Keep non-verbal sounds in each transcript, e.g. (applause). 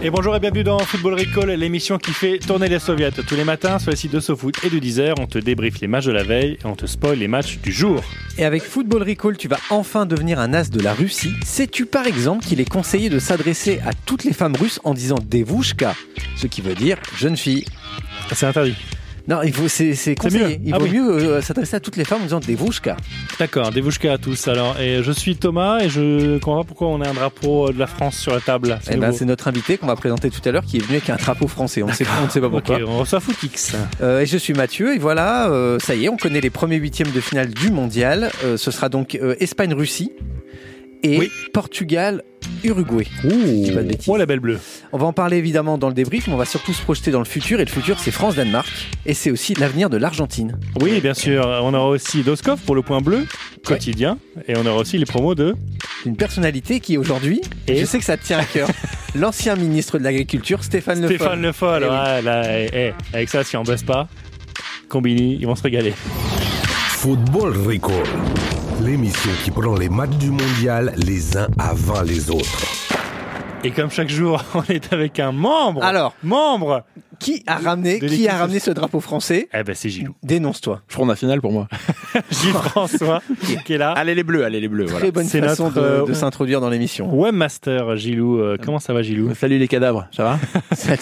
Et bonjour et bienvenue dans Football Recall, l'émission qui fait tourner les soviets. Tous les matins, sur les sites de SoFoot et de Deezer, on te débriefe les matchs de la veille et on te spoil les matchs du jour. Et avec Football Recall, tu vas enfin devenir un as de la Russie. Sais-tu par exemple qu'il est conseillé de s'adresser à toutes les femmes russes en disant devushka, ce qui veut dire jeune fille C'est interdit. Non, il faut, c'est, c'est conseillé. mieux. Il Ah vaut oui. mieux euh, s'adresser à toutes les femmes en disant devushka. D'accord, dévouchka à tous alors. Et je suis Thomas et je comprends pas pourquoi on a un drapeau euh, de la France sur la table. Eh ben, nouveau. c'est notre invité qu'on va présenter tout à l'heure qui est venu avec un drapeau français. On ne sait, on ne sait pas pourquoi. Ok, on reçoit Footix. Euh, et je suis Mathieu et voilà, euh, ça y est, on connaît les premiers huitièmes de finale du mondial. Euh, ce sera donc euh, Espagne-Russie et Oui. Portugal-Uruguay. Dis pas de bêtises. Oh la belle bleue. On va en parler évidemment dans le débrief, mais on va surtout se projeter dans le futur. Et le futur, c'est France-Danemark. Et c'est aussi l'avenir de l'Argentine. Oui, bien sûr. On aura aussi Doskov pour le point bleu quotidien et on aura aussi les promos de. Une personnalité qui aujourd'hui, Et je sais que ça te tient à cœur, (laughs) l'ancien ministre de l'Agriculture, Stéphane Le Stéphane Foll. Le Foll. Eh oui. Ah, là, eh, eh, avec ça, si on baisse pas, Combini, ils vont se régaler. Football Recall. L'émission qui prend les matchs du mondial les uns avant les autres. Et comme chaque jour, (laughs) on est avec un membre. Alors. membre. Qui a ramené, De qui l'équipe a ramené ce drapeau français Eh ben c'est (laughs) Gilou. Dénonce-toi. Je prends ma finale pour moi. Gilles (laughs) François qui est là. (laughs) Allez les bleus, allez les bleus, voilà. Très bonne C'est façon notre, de- euh, de, s'introduire dans (laughs) l'émission. Webmaster Gilou, Euh, comment ça va Gilou Salut les cadavres, ça (laughs) va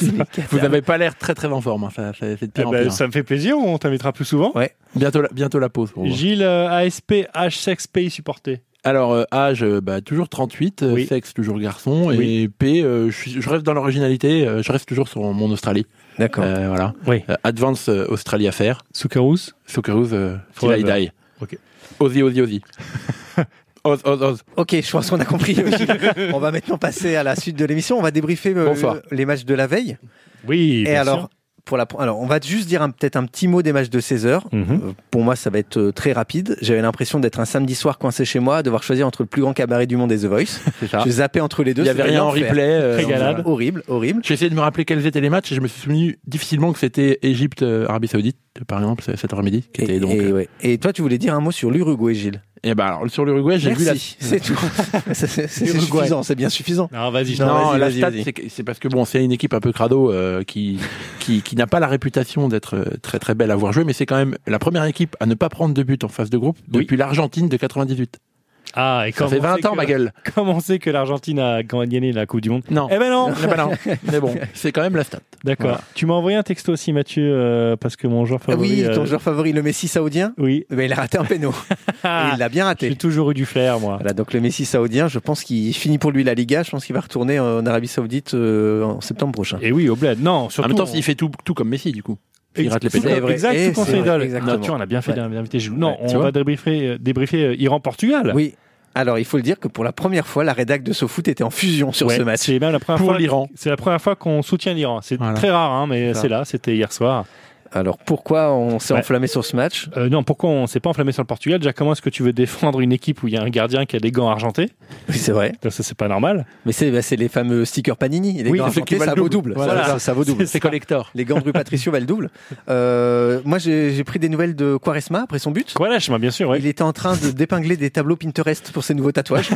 Vous n'avez pas l'air très très en forme, hein. ça, ça Eh fait de pire en ben, pire. Ça me fait plaisir, on t'invitera plus souvent. Ouais. Bientôt, la, bientôt la pause. pour vous. Gilles, euh, ASP, H, E sexe, pays supporté. Alors euh, âge, euh, bah, toujours 38, euh, Oui. sexe toujours garçon, et Oui. P, euh, je, suis- je rêve dans l'originalité, euh, je rêve toujours sur mon Australie. D'accord. Euh, voilà. Oui. Euh, Advance euh, Australie Affair, Soukarous Socceroos, euh, Till I Forever. Die. Ok. Ozzy, Ozzy, (laughs) Ozzy. Oz, Oz, Oz. Ok, je pense qu'on a compris. on va maintenant passer à la suite de l'émission. On va débriefer euh, Bonsoir. les matchs de la veille. Oui, Et, bien alors, sûr. pour la, alors, on va juste dire un- peut-être un petit mot des matchs de 16 heures. Mhm. Euh, Pour moi, ça va être euh, très rapide. J'avais l'impression d'être un samedi soir coincé chez moi, à devoir choisir entre le plus grand cabaret du monde et The Voice. C'est ça. Je zappais entre les deux. Ah. Il n'y avait c'était rien en l'enfer. replay. euh, Régalade. Horrible, horrible. J'ai essayé de me rappeler quels étaient les matchs et je me suis souvenu difficilement que c'était Égypte, euh, Arabie Saoudite, par exemple, c- cet après-midi, qui était Et, donc. et, euh, ouais. Et toi, tu voulais dire un mot sur l'Uruguay, Gilles. Et ben alors sur l'Uruguay, j'ai vu la. (laughs) Merci. C'est tout. (laughs) C'est- c'est c'est Uruguay. suffisant. C'est bien suffisant. Alors vas-y, Non, Non, vas-y, la vas-y, stat, vas-y. c'est que- c'est parce que bon, c'est une équipe un peu crado euh, qui qui, qui n'a pas la réputation d'être euh, très très belle à voir jouer, mais c'est quand même la première équipe à ne pas prendre de but en phase de groupe Oui. depuis l'Argentine de 98. Ah, et Ça comme fait on 20 sait ans, que- ma gueule. (laughs) Comme on sait que l'Argentine a gagné la Coupe du Monde. Non. Eh ben non (laughs) Eh ben non. mais bon, c'est quand même la stat. D'accord. Voilà. Tu m'as envoyé un texto aussi, Mathieu, euh, parce que mon joueur Ah favori. oui, ton euh, joueur favori, le Messi saoudien. Oui. Eh ben, il a raté un péno. Ah, Et Ah, il l'a bien raté. J'ai toujours eu du flair, moi. Voilà, donc le Messi saoudien, je pense qu'il finit pour lui la Liga. Je pense qu'il va retourner en Arabie Saoudite euh, en septembre prochain. Et oui, au bled. Non, surtout. en même temps, on- il fait tout tout comme Messi du coup. Il Ex- rate les tout pénaux. C'est comme- vrai. Exact, Et tout comme c'est son vrai, idole. exactement. Non, tu en as bien fait Ouais. d'inviter Gilou. Non, Ouais, tu on va vois. débriefer, euh, débriefer euh, Iran-Portugal. Oui. Alors, il faut le dire que pour la première fois, la rédac de SoFoot était en fusion sur Ouais, ce match. C'est même la première Pour fois. l'Iran. C'est la première fois qu'on soutient l'Iran. C'est Voilà. très rare, hein, mais Ça. c'est là. C'était hier soir. Alors, pourquoi on s'est Ouais. enflammé sur ce match Euh, non, pourquoi on s'est pas enflammé sur le Portugal Déjà, comment est-ce que tu veux défendre une équipe où il y a un gardien qui a des gants argentés Oui, c'est vrai. Ça, c'est pas normal. Mais c'est bah, c'est les fameux stickers Panini. Les Oui, gants ceux qui argentés, ça valent vaut double. double. Voilà. Ça, ça- ça vaut double. (laughs) C'est collector. Les gants de Rui Patricio valent double. Euh, moi, j'ai j'ai pris des nouvelles de Quaresma après son but. Quoi, lâche bien sûr. ouais. Il était en train de d'épingler des tableaux Pinterest pour ses nouveaux tatouages.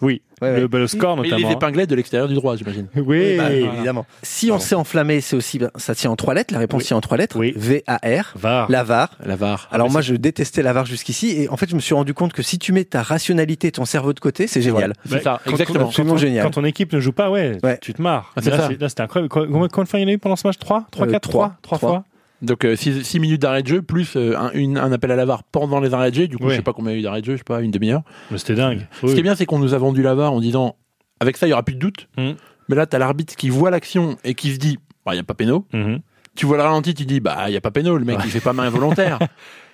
Oui. Ouais, ouais. Le, bah, le score, Mais les notamment. hein. épinglets de l'extérieur du droit, j'imagine. Oui. Bah, évidemment. Si on Pardon. s'est enflammé, c'est aussi bah, ça tient en trois lettres. La réponse Oui. tient en trois lettres. Oui. VAR, VAR. la VAR. La VAR. Alors mais moi, je détestais la VAR jusqu'ici, et en fait, je me suis rendu compte que si tu mets ta rationalité, et ton cerveau de côté, c'est génial. C'est ça, Quand- exactement. quand- Absolument quand- génial. Quand ton équipe ne joue pas, ouais, Ouais. tu te marres. Ah, c'est là, ça. c'est- là, c'était incroyable. Quoi- Combien combien de fois il y en a eu pendant ce match 3 3, Euh, 4, trois. 3 3 Trois. fois Donc 6 minutes d'arrêt de jeu plus euh, un, une- un appel à la VAR pendant les arrêts de jeu. Du coup, Ouais. je sais pas combien il y a eu d'arrêts de jeu, je sais pas, une demi-heure. Mais C'était dingue. Ce qui est bien, c'est qu'on nous a vendu la VAR en disant avec ça, il y aura plus de doute. Mm. Mais là, t'as l'arbitre qui voit l'action et qui se dit bah, il y a pas péno. Mhm. (laughs) Tu vois le ralenti, tu dis bah il y a pas péno, le mec il fait pas main involontaire.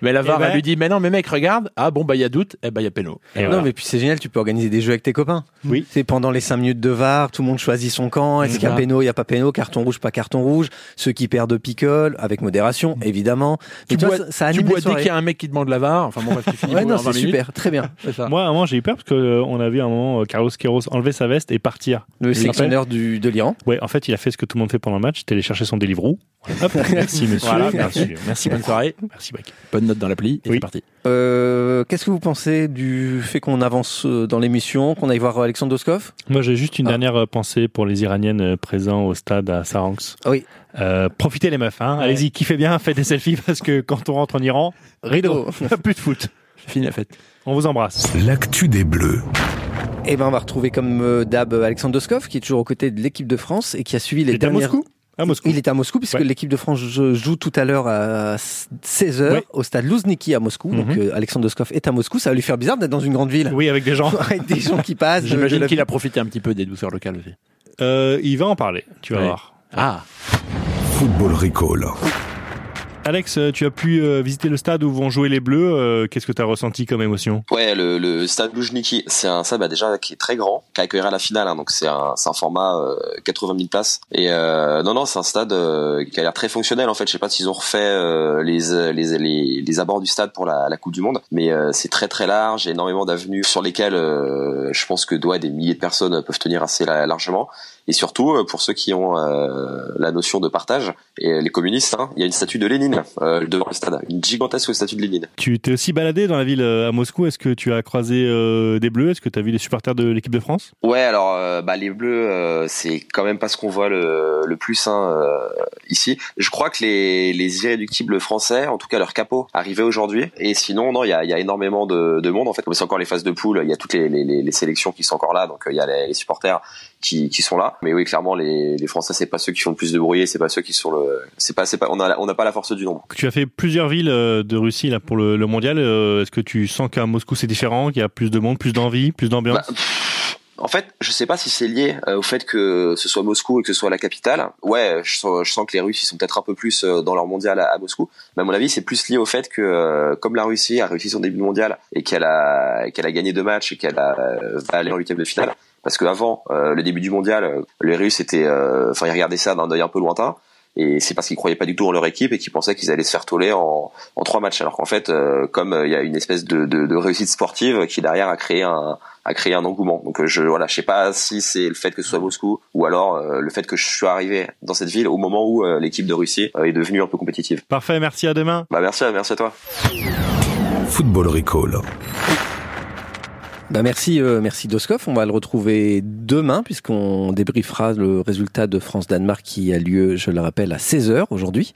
Mais la VAR, Eh ben- elle lui dit, mais non, mais mec, regarde. Ah bon, bah, il y a doute. Eh ben, il y a péno. Et non, voilà. mais puis c'est génial, tu peux organiser des jeux avec tes copains. Oui. C'est pendant les 5 minutes de VAR, tout le monde choisit son camp. Est-ce Mhm. qu'il y a péno, il n'y a pas péno, carton rouge, pas carton rouge. Ceux qui perdent picolent, avec modération, évidemment. Mais Mm. Tu tu vois, bois- ça, ça Tu anime bois les dès qu'il y soirées. a un mec qui demande la VAR. Enfin, bon, bref, (laughs) tu finis Ouais, pour non, 20 c'est minutes. super, très bien. C'est ça. Moi, à un moment, j'ai eu peur parce qu'on on a vu à un moment euh, Carlos Queiroz enlever sa veste et partir. Le Il sélectionneur du, de l'Iran. Ouais, en fait, il a fait ce que tout le monde fait pendant le match, télécharger son Deliveroo. Hop, (laughs) merci monsieur. Voilà, merci, merci. Merci, bonne soirée. merci mec. Bonne note dans l'appli. Et Oui. c'est parti. Euh, Qu'est-ce que vous pensez du fait qu'on avance euh, dans l'émission, qu'on aille voir Alexandre Doskov Moi, j'ai juste une Ah. dernière euh, pensée pour les Iraniennes euh, présents au stade à Saranx. Oui. Euh, profitez les meufs, hein. allez-y, kiffez bien, faites des selfies parce que quand on rentre en Iran, (laughs) rideau, Oh. plus de foot. Fini la fête. On vous embrasse. L'actu des Bleus. Eh ben, on va retrouver comme euh, d'hab euh, Alexandre Doskov, qui est toujours aux côtés de l'équipe de France et qui a suivi les Il est à dernières. Moscou À Moscou. Il est à Moscou puisque Ouais. l'équipe de France joue joue tout à l'heure à 16h Ouais. au stade Louzhniki à Moscou. Donc Mhm. euh, Alexandre Doskov est à Moscou. Ça va lui faire bizarre d'être dans une grande ville Oui, avec des gens. (laughs) avec des gens qui passent. de- de J'imagine la- qu'il a profité un petit peu des douceurs locales aussi. (laughs) Euh, il va en parler, tu vas Ouais. voir. Ah, Football Recall. Alex, euh, tu as pu euh, visiter le stade où vont jouer les Bleus. euh, Qu'est-ce que tu as ressenti comme émotion Ouais, le, le stade Loujniki, c'est un stade bah, déjà qui est très grand, qui accueillera la finale, hein, donc c'est un, c'est un format euh, 80 000 places. Et euh, non, non, c'est un stade euh, qui a l'air très fonctionnel en fait. Je sais pas s'ils ont refait euh, les, euh, les, les, les abords du stade pour la, la Coupe du Monde, mais euh, c'est très très large, il y a énormément d'avenues sur lesquelles euh, je pense que doit des milliers de personnes peuvent tenir assez la- largement. Et surtout, euh, pour ceux qui ont euh, la notion de partage, et les communistes, hein, il y a une statue de Lénine euh, devant le stade, une gigantesque statue de Lénine. Tu t'es aussi baladé dans la ville euh, à Moscou. Est-ce que tu as croisé euh, des Bleus Est-ce que tu as vu des supporters de l'équipe de France Ouais, alors euh, bah, les bleus, euh, c'est quand même pas ce qu'on voit le, le plus hein, euh, ici. Je crois que les, les irréductibles français, en tout cas leur capot, arrivaient aujourd'hui. Et sinon, non, il y a, il y a énormément de, de monde. En fait, comme c'est encore les phases de poule, il y a toutes les, les, les- les sélections qui sont encore là. Donc euh, il y a les, les supporters qui, qui sont là. Mais oui, clairement, les, les Français, c'est pas ceux qui font le plus de bruit, c'est pas ceux qui sont le, c'est pas, c'est pas, on a, on n'a pas la force du nombre. Tu as fait plusieurs villes euh, de Russie là pour le, le mondial. Euh, Est-ce que tu sens qu'à Moscou c'est différent, qu'il y a plus de monde, plus d'envie, plus d'ambiance Bah, pff, en fait, je sais pas si c'est lié euh, au fait que ce soit Moscou et que ce soit la capitale. Ouais, je sens, je sens que les Russes ils sont peut-être un peu plus euh, dans leur mondial à, à Moscou. Mais à mon avis, c'est plus lié au fait que euh, comme la Russie a réussi son début de mondial et qu'elle a qu'elle a gagné deux matchs et qu'elle a, euh, va aller en huitième de finale. Parce qu'avant le début du mondial, euh, les Russes étaient, euh, enfin ils regardaient ça d'un œil un peu lointain. Et c'est parce qu'ils croyaient pas du tout en leur équipe et qu'ils pensaient qu'ils allaient se faire toller en, en trois matchs. Alors qu'en fait, euh, comme euh, il y a une espèce de, de, de réussite sportive qui derrière a créé un, à créer un engouement. Donc euh, je voilà, je sais pas si c'est le fait que ce soit Moscou ou alors euh, le fait que je suis arrivé dans cette ville au moment où euh, l'équipe de Russie euh, est devenue un peu compétitive. Parfait, merci à demain. Bah merci, à- merci à toi. Football Recall. Bah, merci, euh, merci Doskov. On va le retrouver demain puisqu'on débriefera le résultat de France-Danemark qui a lieu, je le rappelle, à 16h aujourd'hui.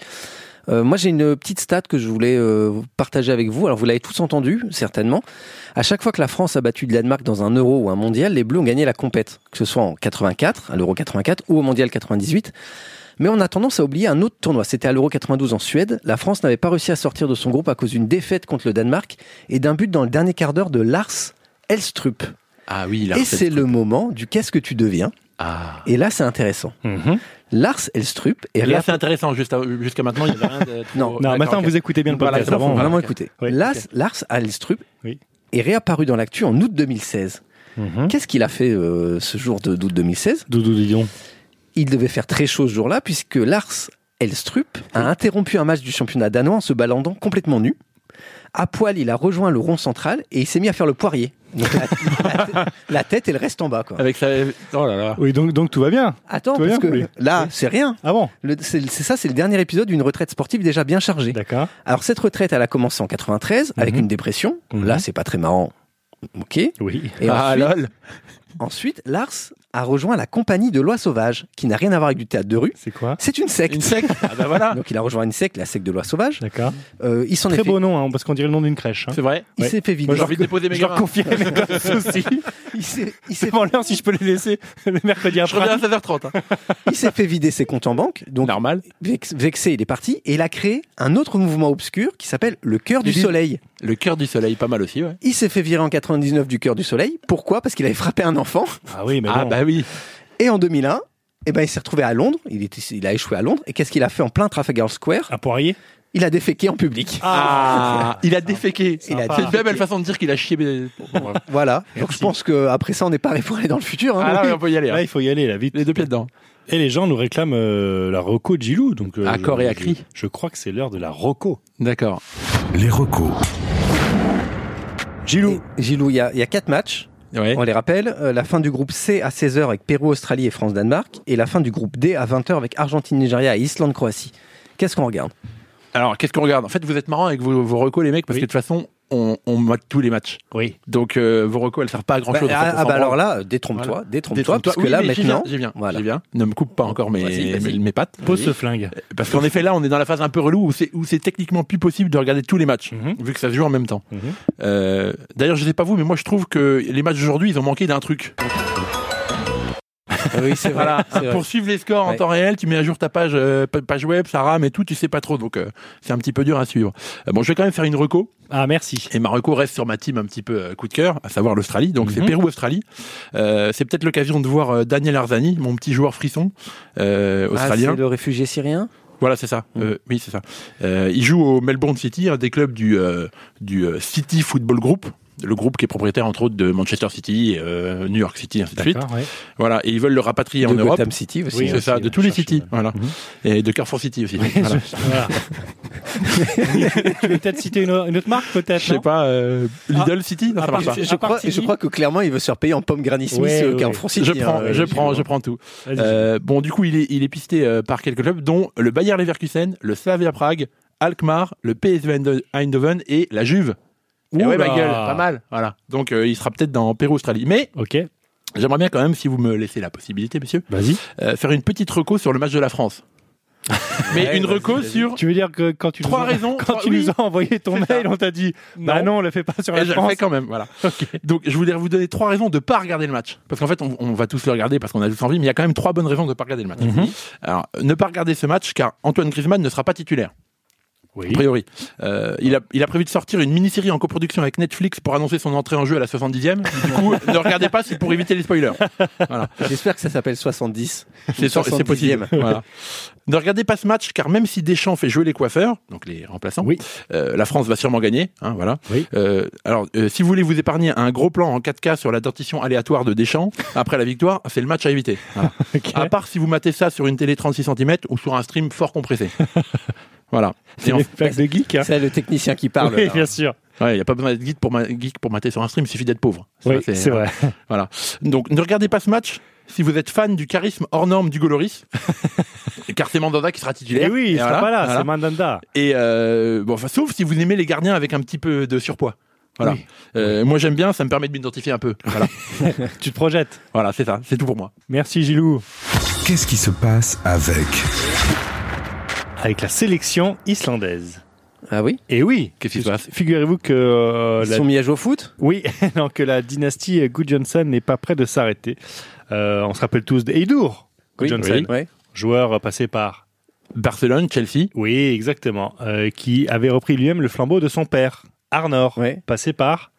Euh, moi, j'ai une petite stat que je voulais euh, partager avec vous. Alors, vous l'avez tous entendu, certainement. À chaque fois que la France a battu le Danemark dans un Euro ou un Mondial, les Bleus ont gagné la compète, que ce soit en 84, à l'Euro 84 ou au Mondial 98. Mais on a tendance à oublier un autre tournoi. C'était à l'Euro 92 en Suède. La France n'avait pas réussi à sortir de son groupe à cause d'une défaite contre le Danemark et d'un but dans le dernier quart d'heure de Lars Elstrup. ah oui, il a Et refait c'est truc. le moment du qu'est-ce que tu deviens. Ah. Et là, c'est intéressant. Lars Elstrup est Et là, réapparu- c'est intéressant. juste à- Jusqu'à maintenant, il n'y avait rien de. trop- euh, Non. Non, D'accord, maintenant ok. vous écoutez bien le Voilà, podcast. c'est bon, Avant, on va euh, vraiment ok. écouter. Oui, Lars, ok. Lars Elstrup Oui. est réapparu dans l'actu en août 2016. Mhm. Qu'est-ce qu'il a fait euh, ce jour de- d'août 2016 Doudou Dillon. Il devait faire très chaud ce jour-là puisque Lars Elstrup a interrompu un match du championnat danois en se baladant complètement nu. À poil, il a rejoint le rond central et il s'est mis à faire le poirier. Donc la, (laughs) la- la tête et le reste en bas. Euh, Quoi. Avec sa. Oh là là. Oui, donc, donc tout va bien. Attends, Tout va parce bien, que hein, oui. là, c'est rien. Ah bon Le- C'est c'est ça, c'est le dernier épisode d'une retraite sportive déjà bien chargée. D'accord. Alors cette retraite, elle a commencé en 93 avec Mhm. une dépression. Mhm. Là, c'est pas très marrant. Ok. Et Oui. ah ensuite, lol. ensuite, Lars a rejoint la compagnie de l'Oie Sauvage, qui n'a rien à voir avec du théâtre de rue. C'est quoi C'est une secte. Une sec. Ah bah voilà. Donc il a rejoint une secte, la secte de l'Oie Sauvage. D'accord. Euh, il s'en est Très fait, beau nom, hein, parce qu'on dirait le nom d'une crèche. (laughs) hein. C'est vrai. il Ouais. s'est fait vider. Moi, j'ai envie de déposer mes Je leur gamins. confie mes deux (laughs) soucis. Il s'est- il s'est- Demande-leur si je peux les laisser (laughs) le mercredi Je après. reviens à 16h30. hein. il s'est fait vider ses comptes en banque. Donc Normal. vex- vexé, il est parti et il a créé un autre mouvement obscur qui s'appelle le Cœur du Lili- Soleil. Le cœur du soleil, pas mal aussi, ouais. Il s'est fait virer en 99 du Cœur du Soleil. Pourquoi Parce qu'il avait frappé un enfant. Ah oui, mais ah bon. bah oui. Et en 2001, eh ben, il s'est retrouvé à Londres. Il, était, il a échoué à Londres. Et qu'est-ce qu'il a fait en plein Trafalgar Square Un poirier il a déféqué en public. Ah, il a déféqué. Il a C'est une déféqué. Ah bien belle façon de dire qu'il a chié. mais- Bon, bref. Voilà. Donc Merci. je pense que après ça, on n'est pas arrivé pour aller dans le futur. hein. Ah là, on peut y aller. Là, hein. il faut y aller, là, vite. Les deux pieds dedans. Et les gens nous réclament euh, la reco de Gilou. Donc, euh, À je- corps et à je- cri. Je crois que c'est l'heure de la reco. D'accord. Les recos. Gilou. Et Gilou, il y, a- il y a quatre matchs. Ouais. On les rappelle. Euh, la fin du groupe C à 16h avec Pérou, Australie et France, Danemark. Et la fin du groupe D à 20h avec Argentine, Nigeria et Islande, Croatie. Qu'est-ce qu'on regarde Alors, qu'est-ce qu'on regarde En fait, vous êtes marrant avec vos, vos recos, les mecs, parce Oui. que de toute façon, on, on mate tous les matchs. Oui. Donc, euh, vos recos, elles servent pas à grand chose. Bah, ah, ah, bah alors là, détrompe-toi, Voilà. détrompe-toi, parce que Oui, là mais j'y maintenant, viens, j'y viens, Voilà. j'y viens. Ne me coupe pas encore mes, Vas-y, vas-y. mes- mes pattes. Pose ce flingue. Parce qu'en effet, là, on est dans la phase un peu relou où c'est, où c'est techniquement plus possible de regarder tous les matchs, Mhm. vu que ça se joue en même temps. Mhm. Euh, d'ailleurs, je sais pas vous, mais moi, je trouve que les matchs d'aujourd'hui, ils ont manqué d'un truc. oui, c'est vrai, Voilà. c'est vrai. Pour suivre les scores en Ouais. temps réel, tu mets à jour ta page, euh, pa- page web, ça rame et tout, tu sais pas trop. Donc, euh, c'est un petit peu dur à suivre. Euh, bon, je vais quand même faire une reco. Ah, merci. Et Marocco reste sur ma team un petit peu euh, coup de cœur, à savoir l'Australie. Donc c'est Mhm. Pérou-Australie. Euh, c'est peut-être l'occasion de voir euh, Daniel Arzani, mon petit joueur frisson euh, Ah, australien. c'est le réfugié syrien Voilà, c'est ça. Mhm. Euh, oui, c'est ça. Euh, il joue au Melbourne City, un des clubs du, euh, du euh, City Football Group. Le groupe qui est propriétaire entre autres de Manchester City, euh, New York City, ainsi de suite. D'accord, ouais. Voilà, et ils veulent le rapatrier en de Europe. Gotham City aussi. Oui, c'est ça, aussi, de euh, tous les chercher, cities, euh, voilà. mm-hmm. Et de Carrefour City aussi. Voilà. Voilà. tu veux peut-être citer une, une autre marque, peut-être Je sais non pas, euh, Lidl City Non, Ah, ça marche parce pas. que- Je crois, Appartini. je crois que clairement, il veut se repayer en pomme Granny Smith Ouais, euh, ouais, qu'un ouais. Franc City, Je prends, hein, je euh, prends, je prends tout. Vas-y. Euh, bon, du coup, il est, il est pisté euh, par quelques clubs, dont le Bayer Leverkusen, le Slavia Prague, Alkmaar, le PSV Eindho- Eindhoven et la Juve. Et ouais, Oula. ma gueule, pas mal. Voilà. Donc, euh, il sera peut-être dans Pérou-Australie. Mais Ok, j'aimerais bien quand même, si vous me laissez la possibilité, messieurs, vas-y. euh, faire une petite reco sur le match de (laughs) la France. Mais Ouais, une vas-y, reco vas-y. sur Tu veux dire que quand tu trois nous as- raisons. quand trois- tu oui. nous as envoyé ton C'est mail, ça. on t'a dit bah non, on le fait pas sur Et la je le France. fais quand même, voilà. (laughs) Donc, je voulais vous donner trois raisons de ne pas regarder le match. Parce qu'en fait, on, on va tous le regarder parce qu'on a tous envie, mais il y a quand même trois bonnes raisons de ne pas regarder le match. Mhm. Alors, ne pas regarder ce match car Antoine Griezmann ne sera pas titulaire, Oui. a priori. Euh, il, a, il a prévu de sortir une mini-série en coproduction avec Netflix pour annoncer son entrée en jeu à la 70e. Du coup, (laughs) ne regardez pas, c'est pour éviter les spoilers. (laughs) J'espère que ça s'appelle 70. C'est sûr, c'est 70e. possible. (laughs) Voilà. Ne regardez pas ce match car même si Deschamps fait jouer les coiffeurs, donc les remplaçants, Oui. euh, la France va sûrement gagner. hein, voilà. Oui. Euh, alors, euh, si vous voulez vous épargner un gros plan en 4K sur la dentition aléatoire (laughs) de Deschamps après la victoire, c'est le match à éviter. Voilà. Ok. À part si vous matez ça sur une télé 36 cm ou sur un stream fort compressé. voilà. (laughs) C'est Et en- une fac de geek. Hein. C'est le technicien qui parle. oui, là. bien sûr. Ouais, il n'y a pas besoin d'être geek pour, ma- geek pour mater sur un stream, il suffit d'être pauvre. Ça, Oui, c'est vrai. Donc ne regardez pas ce match si vous êtes fan du charisme hors norme du Goloris, (laughs) car c'est Mandanda qui sera titulaire. Et Eh oui, il sera voilà, pas là, voilà. c'est Mandanda. Et euh, bon, enfin, sauf si vous aimez les gardiens avec un petit peu de surpoids. Voilà. Oui. Euh, moi j'aime bien, ça me permet de m'identifier un peu. Voilà, (laughs) Tu te projettes. voilà c'est ça, c'est tout pour moi. Merci Gilou. Qu'est-ce qui se passe avec Avec la sélection islandaise. Ah oui Et oui, Qu'est-ce qui se passe figurez-vous que euh, Ils la sont mis à jouer au foot Oui, (laughs) non, que la dynastie Gudjonsson n'est pas près de s'arrêter. Euh, on se rappelle tous d'Eidur Gudjonsson, Ouais. joueur passé par. Barcelone, Chelsea, Oui, exactement. euh, qui avait repris lui-même le flambeau de son père, Arnor, Ouais. passé par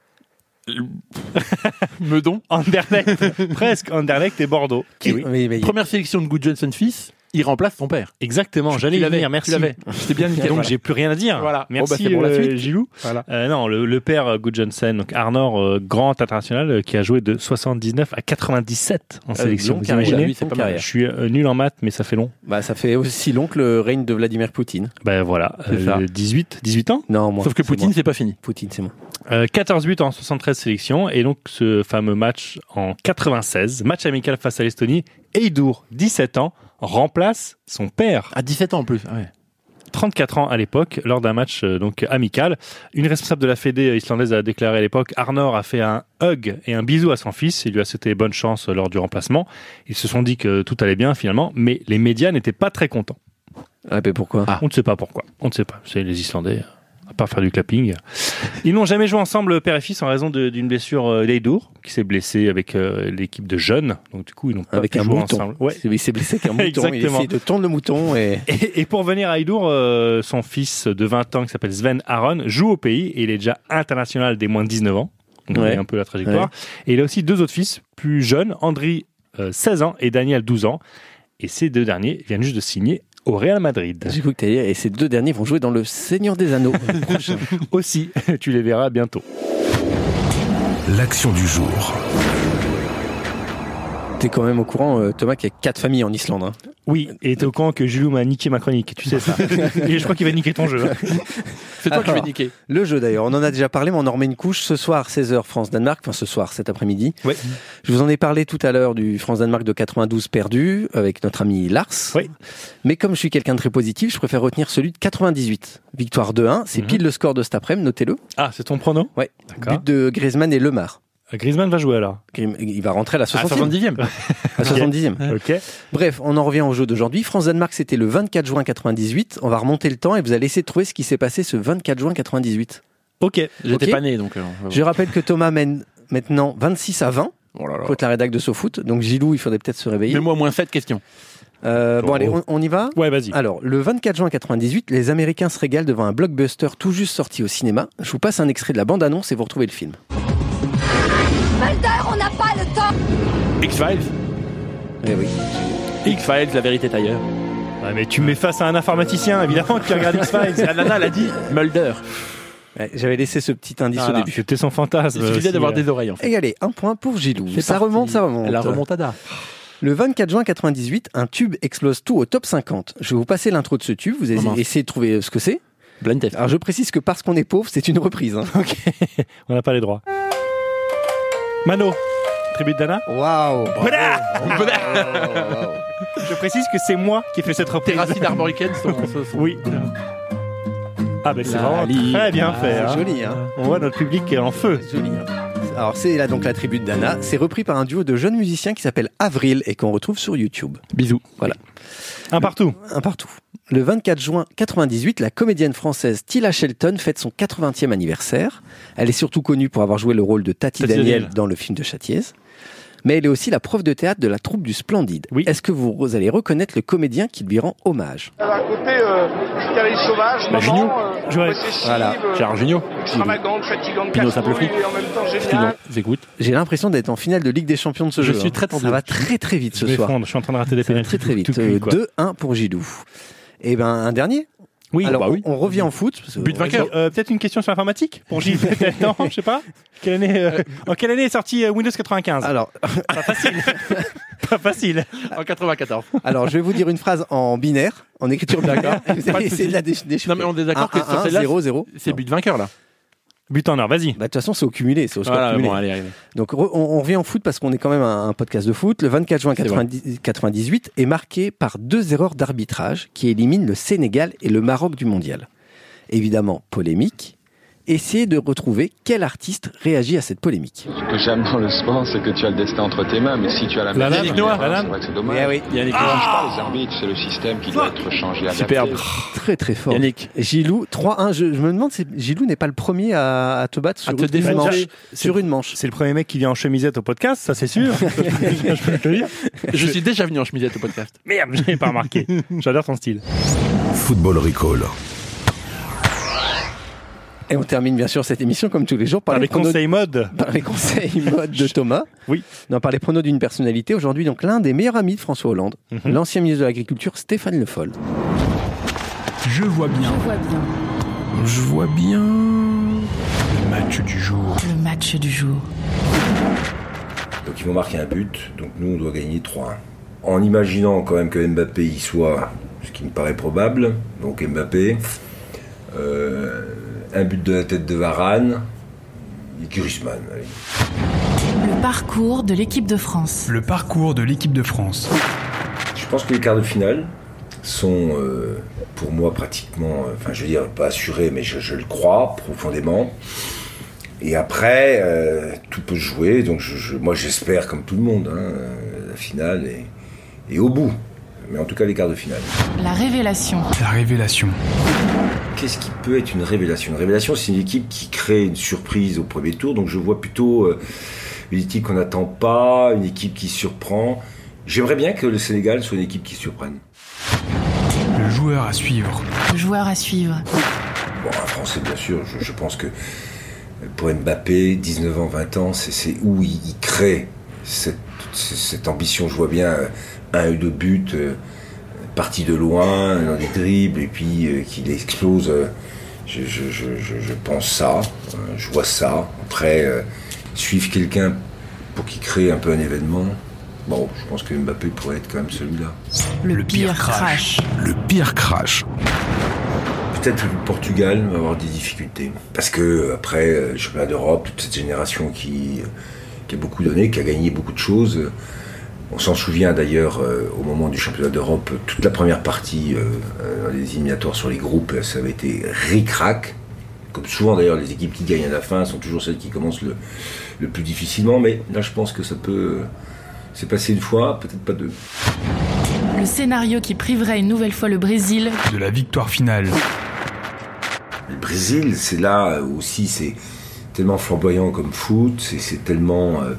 Meudon. (laughs) Anderlecht, presque Anderlecht et Bordeaux. Qui- Oui, oui, mais il- Première sélection de Good Johnson fils, il remplace son père. Exactement, j'allais Tu y l'avais, venir, tu merci. l'avais. C'était (laughs) bien nickel. Donc voilà. j'ai plus rien à dire. Voilà. Bon, bah, Merci c'est bon, la euh, suite. Gilou. Voilà. Euh, non, le, le père euh, Gudjonsson, donc Arnor, euh, grand international, euh, qui a joué de 79 à 97 en Euh, sélection. donc, Vous carrière. imaginez Oui, c'est pas carrière. mal. Je suis euh, nul en maths, mais ça fait long. Bah, ça fait aussi long que le règne de Vladimir Poutine. Ben voilà, C'est euh, ça. 18, 18 ans. Non, moi. Sauf que c'est Poutine, moi. c'est pas fini. Poutine, c'est moi. Euh, 14 buts en 73 sélections. Et donc, ce fameux match en 96, match amical face à l'Estonie, Eidur, 17 ans, remplace son père, À 17 ans en plus. Ah Ouais. 34 ans à l'époque, lors d'un match euh, donc amical. Une responsable de la Fédé euh, islandaise a déclaré à l'époque, Arnor a fait un hug et un bisou à son fils. Il lui a souhaité bonne chance euh, lors du remplacement. Ils se sont dit que tout allait bien finalement, mais les médias n'étaient pas très contents. Ah, mais pourquoi Ah. On ne sait pas pourquoi. On ne sait pas. C'est les Islandais, euh, à part faire du clapping. Ils n'ont jamais joué ensemble, père et fils, en raison de- d'une blessure euh, d'Eidur, qui s'est blessé avec euh, l'équipe de jeunes. Donc, du coup, ils n'ont pas Avec pu un jouer mouton. ensemble. Ouais. Il s'est blessé avec un mouton. il Exactement. essaie de tondre le mouton et. Et, et pour venir à Eidur, euh, son fils de 20 ans, qui s'appelle Sven Aron, joue au pays et il est déjà international des moins de 19 ans. Donc, on Ouais. voit un peu la trajectoire. Et il a aussi deux autres fils plus jeunes, Andri, euh, 16 ans, et Daniel, 12 ans. Et ces deux derniers viennent juste de signer au Real (laughs) Madrid. J'ai cru que t'allais dire, et ces deux derniers vont jouer dans Le Seigneur des Anneaux. Prochain. Aussi, (laughs) tu les verras bientôt. L'action du jour. T'es quand même au courant, euh, Thomas, qu'il y a quatre familles en Islande. hein. Oui, et t'es au courant que Julio m'a niqué ma chronique, tu sais ça. (laughs) et je crois qu'il va niquer ton jeu. hein. C'est toi qui vais Alors. niquer. Le jeu d'ailleurs, on en a déjà parlé, mais on en remet une couche. Ce soir, 16h, France-Danemark, enfin ce soir, cet après-midi. Ouais. Je vous en ai parlé tout à l'heure du France-Danemark de 92 perdu avec notre ami Lars. Oui. Mais comme je suis quelqu'un de très positif, je préfère retenir celui de 98. Victoire 2-1, c'est Mhm. pile le score de cet après-midi, notez-le. (laughs) Ah, c'est ton prono Ouais. D'accord. But de Griezmann et Lemar. euh, Griezmann va jouer alors. Grim- Il va rentrer à la Ah, À 70e. 70 e À 70e. (laughs) Ok. Bref, on en revient au jeu d'aujourd'hui. France-Danemark, c'était le 24 juin 98. On va remonter le temps et vous allez essayer de trouver ce qui s'est passé ce 24 juin 98. Ah Ok. J'étais Ok. pas né, donc. euh, on va voir. Je rappelle que Thomas mène maintenant 26 à 20 Oh là là. contre la rédac de SoFoot. Donc Gilou, il faudrait peut-être se réveiller. Mets-moi au moins 7 questions. Euh, bon, Oh. allez, on, on y va Ouais, vas-y. Alors, le 24 juin 98, les Américains se régalent devant un blockbuster tout juste sorti au cinéma. Je vous passe un extrait de la bande-annonce et vous retrouvez le film. Mulder, on n'a pas le temps X-Files Eh oui. X-Files, la vérité est ailleurs. Ouais, mais tu me mets face à un informaticien, évidemment, qui regarde X-Files. La nana l'a dit Mulder. Ouais, J'avais laissé ce petit indice Voilà. au début. C'était son fantasme. Il suffisait aussi, d'avoir euh. des oreilles en fait. Et allez, un point pour Gilou. C'est Ça parti. remonte, ça remonte. La remontada. Le 24 juin 98, un tube explose tout au top 50. Je vais vous passer l'intro de ce tube, vous allez Comment essayer de trouver euh, ce que c'est. Blind test. Alors je précise que parce qu'on est pauvre, c'est une reprise. hein. On n'a pas les droits. Mano, tribute d'Anna. Waouh Je précise que c'est moi qui ai fait cette Tes reprise. racines arboricaines sont. sont- sont- Oui. Ah, ben c'est La vraiment ligne. Ah, très bien fait. C'est hein. joli, hein On voit notre public qui est en feu. C'est joli, hein. Alors c'est là donc la tribute d'Anna, c'est repris par un duo de jeunes musiciens qui s'appelle Avril et qu'on retrouve sur YouTube. Bisous. Un partout. Un partout. Le 24 juin 98, la comédienne française Tila Shelton fête son 80e anniversaire. Elle est surtout connue pour avoir joué le rôle de Tati, Tati Daniel, Daniel. dans le film de Châtiez. Mais elle est aussi la prof de théâtre de la troupe du Splendide. Oui. Est-ce que vous allez reconnaître le comédien qui lui rend hommage Elle a un côté euh, carré sauvage, Bah, maman, Junio. euh, Joël. possessive, Voilà. euh, Gérard Jugnot. extravagante, fatigante, Pino casse-couille, Simple Flic. et en même temps Sinon, géniale. j'écoute. J'ai l'impression d'être en finale de Ligue des Champions de ce Je jeu. hein. suis très tendu. Ça va très très vite Je ce soir. m'effondre, je suis en train de rater des Ça va pénalités. très très vite. Tout cuit, Euh, quoi. 2-1 pour Gilou. Et ben un dernier. Oui, Alors bah oui. on on revient en foot. parce que- But vainqueur. Euh, Peut-être une question sur l'informatique pour (laughs) Gilles. peut-être. non, je sais pas. Quelle année, euh, en quelle année est sorti euh, Windows 95 Alors, Ah. Pas facile. En 94. alors, je vais vous dire une phrase en binaire, en écriture binaire. et Vous Pas de allez essayer de la dé- déchiffrer. Non, mais on est d'accord que sur 1, celle-là, 0, 0. C'est but de vainqueur là. But en or, vas-y. Bah, de toute façon, c'est au cumulé, c'est au score Voilà, cumulé. bon, allez, allez. Donc, re- on, on revient en foot parce qu'on est quand même un, un podcast de foot. Le 24 juin C'est 90 98 est marqué par deux erreurs d'arbitrage qui éliminent le Sénégal et le Maroc du mondial. Évidemment, polémique. Essayez de retrouver quel artiste réagit à cette polémique. Ce que j'aime dans le sport, c'est que tu as le destin entre tes mains, mais si tu as la La main, lame. c'est Yannick Noah, la lame. vrai que c'est Eh dommage. Eh oui, Yannick, euh, Je parle aux arbitres, c'est le système qui doit être changé. adapté. Ah, Superbe. très très fort. Oh. Yannick. Gilou, 3-1. Je, je me demande si Gilou n'est pas le premier à, à te battre sur À te une défoncer. manche. Sur une manche. C'est le premier mec qui vient en chemisette au podcast, ça c'est (laughs) sûr. je peux te le dire. Je suis déjà venu en chemisette au podcast. Merde, je l'ai pas remarqué. J'adore ton style. Football Recall. Et on termine bien sûr cette émission comme tous les jours par, Par les pronos- conseils mode. (laughs) par les conseils mode de Thomas. Oui. Non, par les pronos d'une personnalité. Aujourd'hui, donc, l'un des meilleurs amis de François Hollande, Mhm. l'ancien ministre de l'Agriculture, Stéphane Le Foll. Je vois bien. Je vois bien. Le match du jour. Le match du jour. Donc ils vont marquer un but, donc nous on doit gagner 3-1. En imaginant quand même que Mbappé y soit, ce qui me paraît probable, donc Mbappé, euh, un but de la tête de Varane, et Griezmann. allez. Le parcours de l'équipe de France. Le parcours de l'équipe de France. Je pense que les quarts de finale sont euh, pour moi pratiquement, euh, enfin je veux dire pas assurés, mais je, je le crois profondément. Et après, euh, tout peut se jouer, donc je- je- moi j'espère comme tout le monde, hein, euh, la finale et, et au bout. Mais en tout cas les quarts de finale. La révélation. La révélation. Qu'est-ce qui peut être une révélation Une révélation, c'est une équipe qui crée une surprise au premier tour. Donc je vois plutôt euh, une équipe qu'on n'attend pas, une équipe qui surprend. J'aimerais bien que le Sénégal soit une équipe qui surprenne. Le joueur à suivre. Le joueur à suivre. Bon, un Français, bien sûr, je, je pense que pour Mbappé, 19 ans, 20 ans, c'est- c'est où il, il crée cette, cette ambition. Je vois bien euh, un ou deux buts euh, parti de loin, dans des dribbles, et puis euh, qu'il explose. euh, je, je- je- je- je pense ça, euh, je vois ça. Après, euh, suivre quelqu'un pour qu'il crée un peu un événement. Bon, je pense que Mbappé pourrait être quand même celui-là. Le, pire crash. Le pire crash. Peut-être le Portugal va avoir des difficultés. Parce que, euh, après, euh, le championnat d'Europe, toute cette génération qui, euh, qui a beaucoup donné, qui a gagné beaucoup de choses. euh, On s'en souvient d'ailleurs euh, au moment du championnat d'Europe, euh, toute la première partie euh, euh, dans les éliminatoires sur les groupes, euh, ça avait été ric-rac. Comme souvent d'ailleurs, les équipes qui gagnent à la fin sont toujours celles qui commencent le, le plus difficilement. Mais là, je pense que ça peut. euh, C'est passé une fois, peut-être pas deux. Le scénario qui priverait une nouvelle fois le Brésil De la victoire finale. Le Brésil, c'est là aussi, c'est tellement flamboyant comme foot, c'est- c'est tellement euh,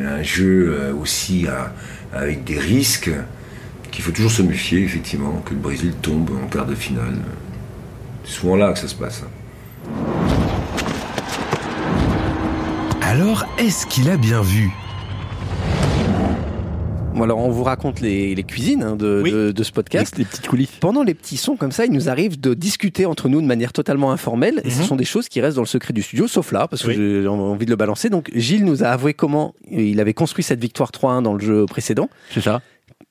un jeu euh, aussi à- avec des risques qu'il faut toujours se méfier, effectivement, que le Brésil tombe en quart de finale. C'est souvent là que ça se passe. hein. Alors, est-ce qu'il a bien vu Bon, alors, on vous raconte les, les cuisines hein, de, de- de ce podcast. Les petites coulisses. Pendant les petits sons comme ça, il nous arrive de discuter entre nous de manière totalement informelle. Et ce sont des choses qui restent dans le secret du studio, sauf là, parce que Oui. j'ai envie de le balancer. Donc, Gilles nous a avoué comment il avait construit cette victoire 3-1 dans le jeu précédent. C'est ça.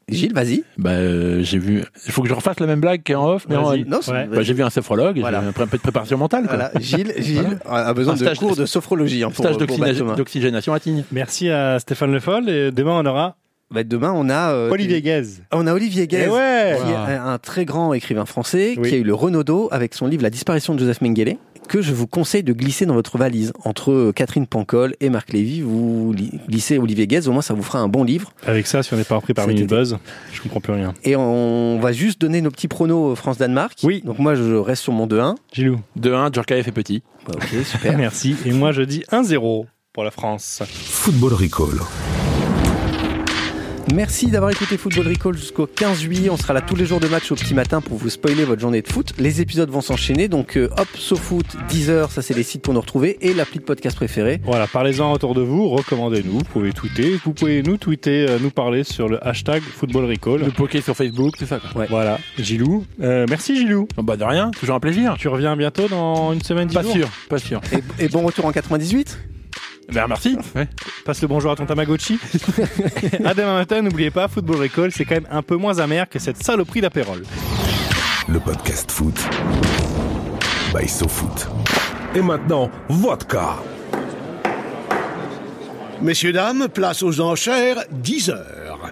Gilles, vas-y. Bah, euh, j'ai vu. Il faut que je refasse la même blague qu'en off, mais en. Vas-y. non, c'est- Ouais. Bah, j'ai vu un sophrologue, Voilà. j'ai un peu de préparation mentale. Quoi. Voilà, Gilles, Gilles a besoin Un de stage- cours de sophrologie hein, pour, Stage pour d'oxygénation- Thomas. d'oxygénation à Tignes. Merci à Stéphane Le Foll et demain on aura Bah, demain, on a euh, Olivier Guèze. On a Olivier Guez, Eh ouais qui est un un très grand écrivain français, Oui. qui a eu le Renaudot avec son livre La disparition de Joseph Mengele, que je vous conseille de glisser dans votre valise. Entre euh, Catherine Pancol et Marc Lévy, vous li- glissez Olivier Guez, au moins ça vous fera un bon livre. Avec ça, si on n'est pas repris par Cet Minute été. Buzz, je comprends plus rien. Et on va juste donner nos petits pronos euh, France-Danemark. Oui. Donc moi, je reste sur mon 2-1. Gilou. De 1, Djorkaeff est petit. Bah, ok, (laughs) super. Merci. Et moi je dis 1-0 pour la France. Football Recall. Merci d'avoir écouté Football Recall jusqu'au 15 juillet. On sera là tous les jours de match au petit matin pour vous spoiler votre journée de foot. Les épisodes vont s'enchaîner. Donc, euh, hop, SoFoot, Deezer, ça c'est les sites pour nous retrouver et l'appli de podcast préférée. Voilà, parlez-en autour de vous, recommandez-nous, vous pouvez tweeter, vous pouvez nous tweeter, euh, nous parler sur le hashtag Football Recall. Le poké sur Facebook, tout ça. Quoi. Voilà, Gilou. Euh, merci Gilou. Bon, Bah, de rien, toujours un plaisir. Tu reviens bientôt dans une semaine, dix Pas jours sûr, pas sûr. Et, et bon retour en 98. Ben, merci. Ouais. Passe le bonjour à (laughs) ton Tamagotchi. à demain matin, n'oubliez pas, Football Recall, c'est quand même un peu moins amer que cette saloperie d'apérole. Le podcast foot. By SoFoot. Et maintenant, vodka. Messieurs, dames, place aux enchères, 10 heures.